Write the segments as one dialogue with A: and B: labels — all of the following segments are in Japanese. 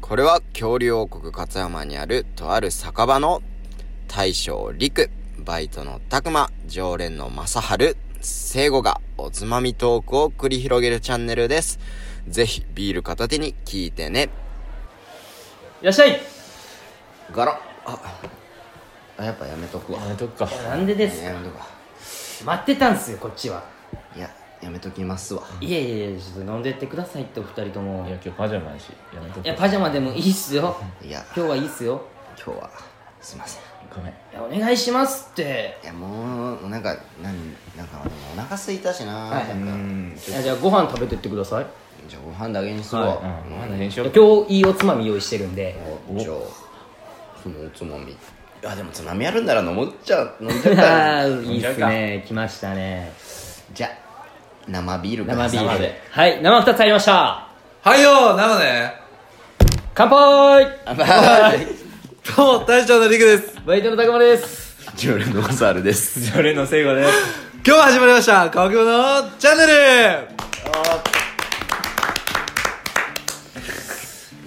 A: これは恐竜王国勝山にあるとある酒場の大将陸、バイトの拓磨、常連の正春、聖護がおつまみトークを繰り広げるチャンネルです。ぜひビール片手に聞いてね。
B: いらっしゃい
A: ガラあ、あやっぱやめとくわ。
C: やめとくか
B: なんでです
A: や
B: か
A: めとくわ。
B: 待ってたんすよこっちはい
A: や、やめときますわ。
B: いやいやいやちょっと飲んでってくださいってお二人とも
C: いや今日パジャマやしやめとく
B: いやパジャマでもいいっすよ
A: いや、
B: 今日はいいっすよ
A: 今日は、すいません。
C: ごめん
B: いやお願いしますって
A: いや、もう、なんか、なん、なんか、でもお腹すいたしな、
B: はい
A: な
C: うん
A: か
C: ん
B: いやじゃあご飯食べてってください
A: じゃあご飯だけにするわ。
C: はいうんまだ編集
B: いや今日いいおつまみ用意してるん で
A: おじゃあそのおつまみいやでもつまみあるんなら飲もっちゃ飲んじゃったら
B: いいっすね来ましたね
A: じゃあ生ビールくだ
B: 生
A: さ
B: ビ
A: い
B: ー
C: 生
B: ル
C: で
B: はい生2つありました
D: はいよなのね
B: 乾杯
D: どうも大将のりくです
B: バイトのたくまです
A: 常連のマサール です
C: 常連の聖護です
D: 今日も始まりました「川久保のチャンネル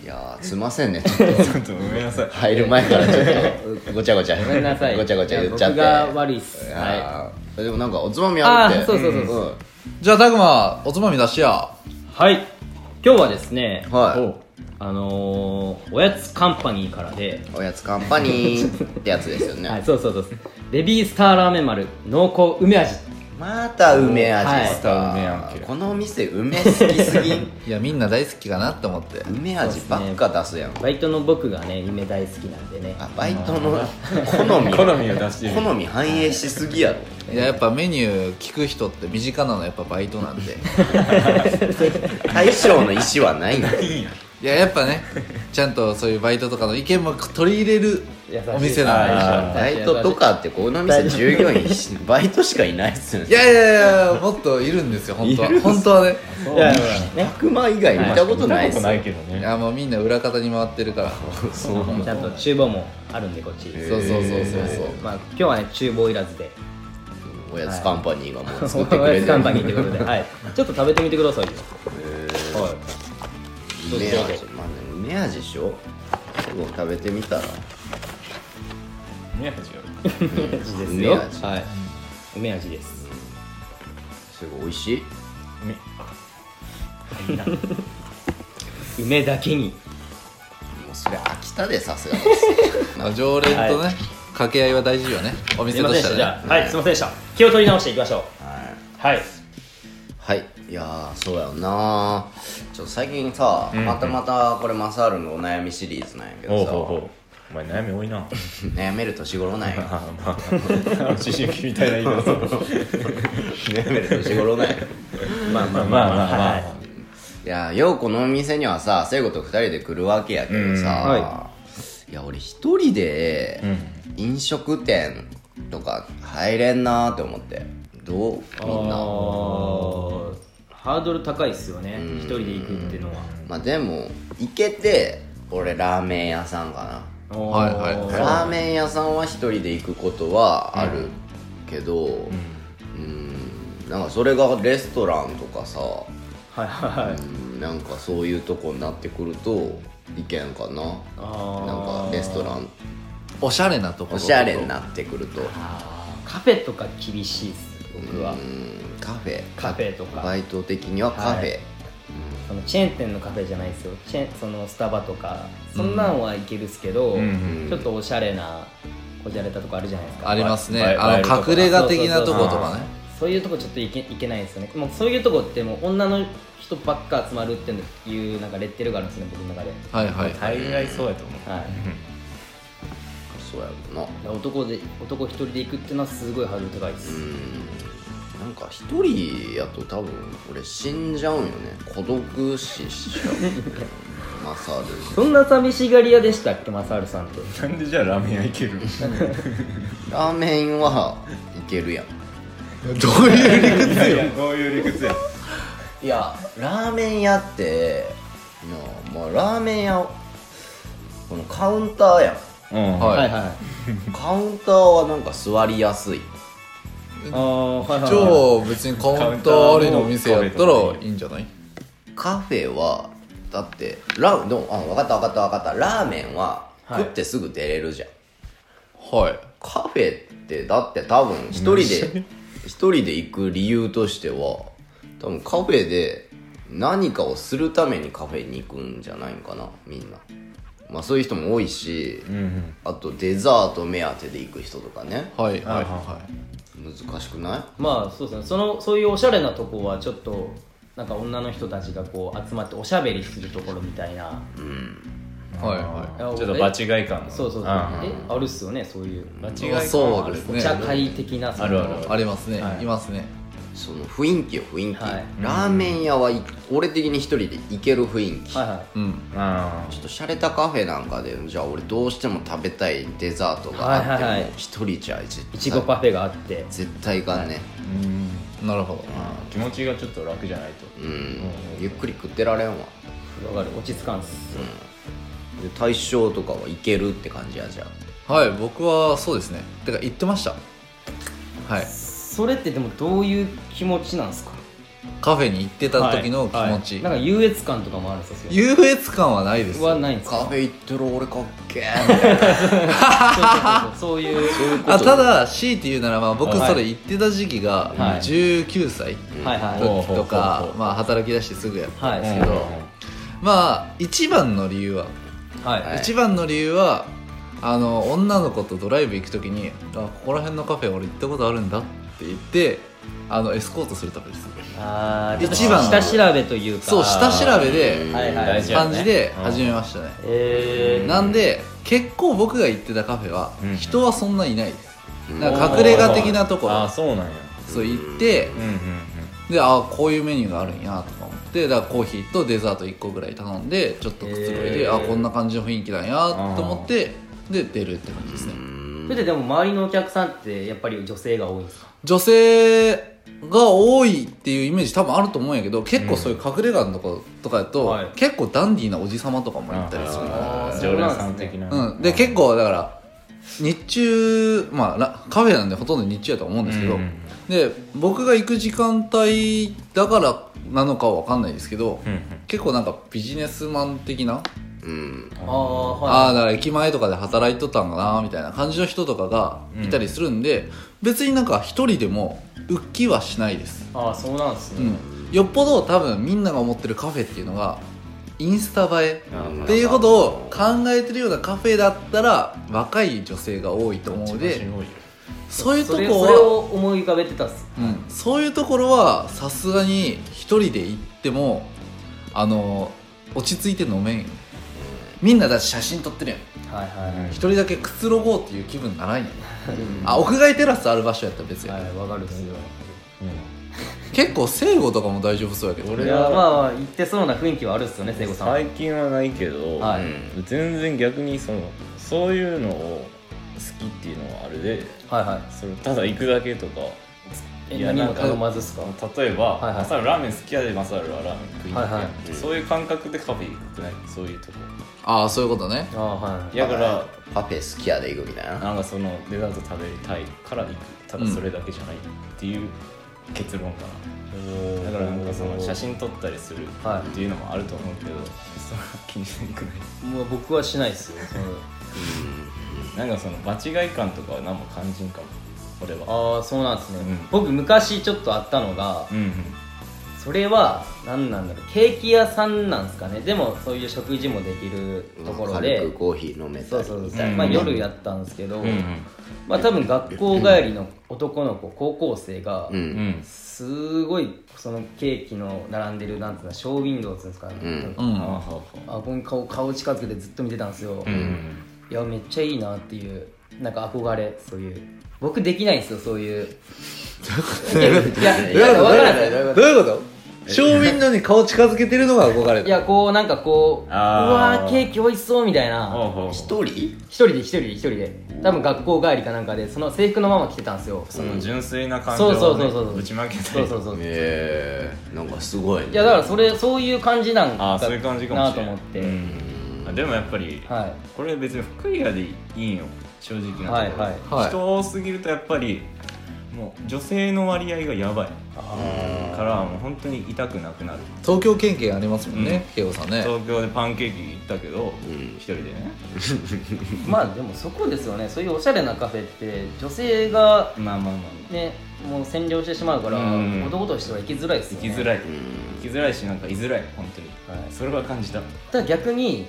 A: いやーすいませんねちょっと
C: ちょっとごめんなさい
A: 入る前からちょっと ごちゃごちゃ
B: ごめんなさい
A: ごちゃごちゃ言っちゃって
B: いや僕が悪いっすは
A: はいでもなんかおつまみあるって
B: あーそうそうそうそ
A: そう、」
D: じゃあたくまおつまみ出しや
B: はい今日はですね
A: はい
B: おあのーおやつカンパニーからで
A: うん、おやつカンパニーってやつですよね、
B: はい、そうそうそうそうベビースターラーメン丸濃厚梅味
A: また梅味っすか、
C: はいまた梅やんけ
A: このお店梅好きすぎん
D: いやみんな大好きかなって思って
A: 梅味ばっか出すやん
B: バイトの僕がね夢大好きなんでね
A: あバイトの好み
C: 好みを出してる
A: 好み反映しすぎやろ
D: いややっぱメニュー聞く人って身近なのやっぱバイトなんで
A: 大将の意思は ないんだ
D: いややっぱねちゃんとそういうバイトとかの意見も取り入れるお店なん
B: 優しい
A: バイトとかってこの店従業員しバイトしかいないっすよ
D: で
A: ね
D: いやいやいやもっといるんですよ本当
A: いる
D: は本当はね
B: いやいやいやね
A: 100万以外見たことないっ
C: 見
A: す
C: たことない
A: よ
C: けど
D: い
C: ね
D: やもうみんな裏方に回ってるから
A: そうなん
B: ち
A: だ
B: ゃんと厨房もあるんでこっち
D: そうそうそうそうそう
B: まあ今日はね厨房いらずで
A: おやつカンパニーがもう作って
B: お
A: くれて
B: やつ
A: る
B: カンパニーということで、はい、ちょっと食べてみてくださいよはい
A: 梅味まあね梅味でしょ僕食べてみたら
C: 宮橋よ
B: 梅味です
A: 梅
B: よ
A: 味
B: はい梅味です
A: すごい美味しい
C: み
B: 梅だけに
A: もうそれ飽きたでさすがです
D: まあ常連とね、
B: はい
D: 掛け合いは大事よねお
B: す
D: 店
B: いま
D: と
B: せんで
D: し
B: したた
D: ら
B: じ
D: ね
B: ゃあはいすいませんでした気を取り直していきましょうはい
A: はい、いやーそうやんなちょっと最近さ、またまたこれマサールのお悩みシリーズなんやけ
C: お
A: ど
C: う
A: さ
C: おうおうお前悩み多いな
A: 悩める年頃なんや
C: あまあ思春期みたいな言い方する
A: 悩める年頃なんや
B: まあま
C: ま
B: あ
C: あ
B: ま
C: ま
B: あま
C: あま
B: あ
C: あ
B: まあ
C: まあ
A: いやようこのお店にはさ聖子と二人で来るわけやけどさ、
B: うん
A: い、や俺一人で飲食店とか入れんなーって思ってどうみん
B: あ
A: な
B: ーハードル高いっすよね一人で行くっていうのは
A: まあでも行けて俺ラーメン屋さんかな
D: はいはい
B: おー
A: ラーメン屋さんは一人で行くことはあるけどうんなんかそれがレストランとかさ、
B: はいはいはい
A: うんなんかそういうとこになってくるといけんかななん
B: あ
A: かレストラン
D: おしゃれなとこ
A: おしゃれになってくると
B: ーカフェとか厳しいっす僕は
A: うんカフェ
B: カフェとか
A: バイト的にはカフェ、
B: はいそのチェーン店のカフェじゃないですよチェーンそのスタバとかそんなんはいけるっすけど、
C: うんうん
B: ちょっとおしゃれなこじゃれたとこあるじゃないですか
D: ありますね、
C: ワイ
D: あ
C: ワイルド
D: の
C: とか
D: 隠れ家的なとことかね
B: そういうとこちょっといけいけないんですよねもうそういうとこってもう女の人ばっか集まるっていうなんかレッテルがあるんですね僕の中で、
D: はいはい
C: 大概そうやと思う
B: はい、
A: そうやろな
B: 男で男一人で行くっていうのはすごいハードル高いで
A: う
B: す、
A: んなんか一人やと多分俺死んじゃうんよね孤独死しちゃうマサル
B: そんな寂しがり屋でしたっけマサールさんって
C: なんでじゃあラーメン屋行ける
A: ラーメンはいけるやん
D: どういう
C: いやいやこういう理屈や
A: いやラーメン屋ってなあまあラーメン屋このカウンターやん
C: うん
D: はい
B: はいはい
A: カウンターはなんか座りやすい
B: ああはいはい
D: 超別にカウンターありのお店やったらいいんじゃない
A: カフェは
E: だってラーでもあ分かった分かった分かったラーメンは
B: はい
E: 食ってすぐ出れるじゃん、
D: はい
E: カフェってだって多分一人 で一人で行く理由としては多分カフェで何かをするためにカフェに行くんじゃないんかなみんなまあそういう人も多いし、あとデザート目当てで行く人とかね
D: はいはいはい
E: 難しくない
B: まあそうですねそのそういうおしゃれなとこはちょっとなんか女の人たちがこう集まっておしゃべりするところみたいな
D: はいはい
C: ちょっと場違い感が
B: そうそうそうえ
C: ん
B: あるっすよねそういう
C: 場違い感
D: そう
C: あ
D: で
C: る
D: す
B: お
D: ね
B: 茶会的なその
C: あるあるある
D: ありますね、
C: はい
D: い、ますね
E: その雰囲気よ雰囲気、
B: はい
E: ラーメン屋はい俺的に一人で行ける雰囲気、
B: はいは
D: うん
C: あ
E: ちょっと洒落たカフェなんかでじゃあ俺どうしても食べたいデザートがあっても、
B: はいはいはい
E: 一人じゃ絶対
B: いいちごパフェがあって
E: 絶対いかんね、
C: ーうん
D: なるほど
C: 気持ちがちょっと楽じゃないと
E: うんゆっくり食ってられんわ
B: わかる落ち着かんっす
E: で大将とかはいけるって感じやじゃ
D: はい僕はそうですねてか言ってましたはい
B: それってでもどういう気持ちなんですか
D: カフェに行ってた時の気持ち、
B: なんか優越感とかもあるんですよ
D: 優越感はないですよ
B: はないんです
E: カ
B: か
E: フェ行ってる俺かっけーみたいな
B: そうそうそうそういう
D: あただ強いて言うならまあ僕
B: はい
D: それ行ってた時期が
B: はい
D: 19歳
B: はいはい
D: の時と
C: ほうほうほう
D: か
C: ほう
D: まあ働き出してすぐやった
B: はい
D: んですけど、まあ一番の理由は、
B: はい
D: 一番の理由はあの女の子とドライブ行く時にあここら辺のカフェ俺行ったことあるんだって言ってあのエスコートするためです
B: あー
D: 一番
B: 下調べというか
D: そう下調べで
B: はいはい
C: 大事やね
D: 感じで始めましたね、
B: えー、
D: なんで結構僕が行ってたカフェは
C: うん
D: 人はそんなにないです、
E: うん
D: なんか隠れ家的なとこ
C: ああ
D: ろ
C: そうなんや
D: そう行って
C: うんうん
D: でああこういうメニューがあるんやとか思ってだからコーヒーとデザート1個ぐらい頼んでちょっとくつろいで、
B: へー
D: あこんな感じの雰囲気なんやと思ってで出るって感じですね、
B: それででも周りのお客さんってやっぱり女性が多いんですか
D: 女性が多いっていうイメージ多分あると思うんやけど結構そういう隠れ家のとことかやと、
B: はい
D: 結構ダンディーなおじさまとかもいたりするから
C: あ
B: あー
C: ー常連さん的な
D: うん、で結構だから日中まあラカフェなんでほとんど日中やと思うんですけど、
C: うん
D: で僕が行く時間帯だからなのかは分かんないですけど、
C: うん
D: 結構なんかビジネスマン的な、
E: うん
B: ああ
D: あ
B: は
D: あだから駅前とかで働いとったんかなみたいな感じの人とかがいたりするんで、別になんか一人でも浮きはしないです、
B: いああそうなんです
D: う
B: ね、
D: ん、よっぽど多分みんなが思ってるカフェっていうのがインスタ映え
C: うん
D: っていうことを考えてるようなカフェだったら若い女性が多いと思うのでそういうと
B: そ
D: こ
B: れそれ
D: は
B: を思い浮かべてたっす
D: うんそういうところはさすがに一人で行ってもあの落ち着いて飲めんよみんなだって写真撮ってるやん
B: はいは
D: 一人だけくつろごうっていう気分にならんやんあ屋外テラスある場所やったら別
B: い
D: に、
B: はいわかるっすよ
D: 結構聖護とかも大丈夫そうやけど
B: い
C: 俺
B: やまあ
C: は
B: まあ言ってそうな雰囲気はあるっすよね聖子さんは
C: 最近はないけど
B: は
E: う
B: い
E: ん
C: 全然逆にそのそういうのを好きっていうのはあれで
B: はいは
C: それただ行くだけとか
B: い
C: い
B: え
C: や
B: 何
C: な
B: も
C: んか
B: 頼まずっすかはい
C: 例えば、
B: はいはい
C: マサルラーメン好きやでマサルはラーメン食いに行くやん
B: はいは
C: そういう感覚でカフェ行くくないそういうとこ
D: ああそういうことね
B: ああはい
C: だから
E: パフェ好きやで行くみたいな
C: なんかそのデザート食べたいから行くただそれだけじゃないっていう結論かな、だからなんかその写真撮ったりする
B: はい
C: っていうのもあると思うけど、そんな気にせんくない
B: もう僕はしないっすよその
C: なんかその場違い感とかは何も感じんかも俺は
B: ああそうなんですね、
C: うん
B: 僕昔ちょっとあったのが
C: うんうん
B: それは何なんだろうケーキ屋さんなんですかねでもそういう食事もできるところで、
E: 軽くコーヒー飲めた
B: そう
E: り
B: そう
E: み
B: そ
E: た
B: う、
E: いな
B: まあ、夜やったんですけど、
C: うん
B: まあ多分学校帰りの男の子高校生が、
E: うん
C: うんうん
B: すごいそのケーキの並んでるなんていうのショーウィンドウっていうんですかね、
E: うん
D: うん
C: ああは
B: あこに顔顔近づけてずっと見てたんですよ、
C: うんうん
B: いやめっちゃいいなっていうなんか憧れそういう僕できないんですよそう いういやいやいやわからないですよ
D: どういうことどういうことどういうことショーウィンドウに顔近づけてるのが憧れ
B: いやこうなんかこうう
C: あー
B: わーケーキ美味しそうみたい
C: あは
B: な
C: は
E: 一人
B: 一人で一人で一人で多分学校帰りかなんかでその制服のまま着てたんですよ
C: その純粋な感情を、ね、
B: そうそうそうそう
C: ぶちまけたり
B: そうそうそう
E: ええなんかすごいね
B: いやだからそれそういう感じなん
C: あ
B: だ
C: あそういう感じかも
B: な
C: し
B: と
C: れない
B: 思って、
C: うんあでもやっぱり、
B: は
C: これ別に福井屋でいいんよ正直
B: い
C: なところ
B: はいはい
D: はい
C: 人多すぎるとやっぱりもう女性の割合がやばいからもう本当に痛くなくなる
D: 東京県警ありますもん
C: う
D: ね慶応さんね
C: 東京でパンケーキ行ったけど
E: ん
C: 一人でね
B: まあでもそこですよねそういうおしゃれなカフェって女性が
C: まあまあまあまあ
B: ねもう占領してしまうから、
C: うん
B: 男としては行きづらいですよ
C: 行
B: ね
C: きづらい
E: うん
C: 行きづらいしなんか居づらい本当に
B: はい
C: それは感じた
B: ただ逆に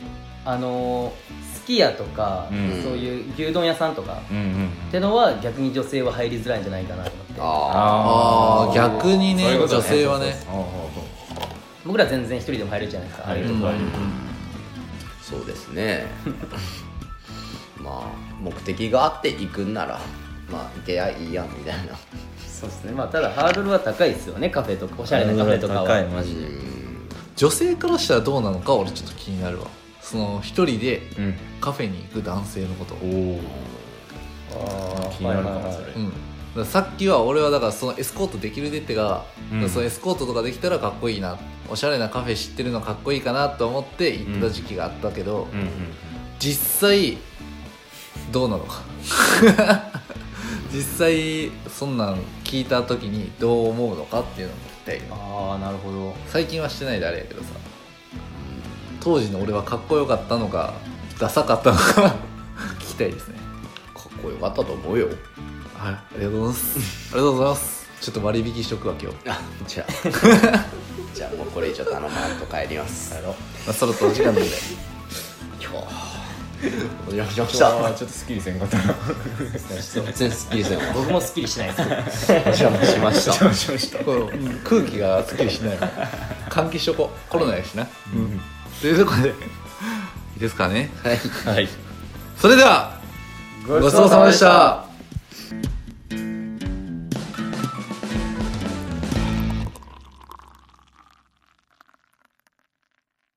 B: あのー、すき家とか、
C: うん
B: そういう牛丼屋さんとか、
C: うんうん
B: ってのは逆に女性は入りづらいんじゃないかなと思って
D: あ
C: あ
D: あ逆に
C: そう
D: ね
C: いうこと
D: 女
C: ね
D: 性はね
C: ああ
B: 僕ら全然一人でも入れるじゃないですか、
C: 入れる
B: ああいうとこ
C: うん
E: そうですね まあ目的があって行くんならまあ行けやいいやんみたいな
B: そうですねまあただハードルは高いですよねカフェとかおしゃれなカフェとかは
C: 高いマジで
E: うん
D: 女性からしたらどうなのか俺ちょっと気になるわその一人で
C: うん
D: カフェに行く男性のことを
C: おお
B: ああ
C: 気になるか
B: はいは
C: も
B: い
C: そ
B: はい
C: れ
D: うん、だからさっきは俺はだからそのエスコートできるでってが、
C: うん
D: そのエスコートとかできたらかっこいいなおしゃれなカフェ知ってるのかっこいいかなと思って行った時期があったけど、
C: うんうん
D: 実際どうなのか 実際そんなん聞いた時にどう思うのかっていうのも聞きたいよ
B: ああなるほど
D: 最近はしてないであれやけどさ当時の俺はかっこよかったのかダサかったのか 聞きたいですね
E: かっこよかったと思うよ
D: はい、ありがとうございます。ありがとうございます。ちょっと割引しとくわ今日。ま
E: あじゃあ じゃあもうこれ以上頼まんと帰ります
D: あ、そろそろお時間 なんで。
E: 今日お邪魔しまし
C: 今日は
E: た
C: ちょっとスッキリせんかったな
E: 全然すっきりせんわ
B: 僕もすっきりしないです
E: お邪魔しま した
C: しました
D: こううん空気がすっきりしないわ。換気しとこう。コロナやしな。うん。というところでいいですかね。
E: はい
C: はい
D: それではごちそうさまでした。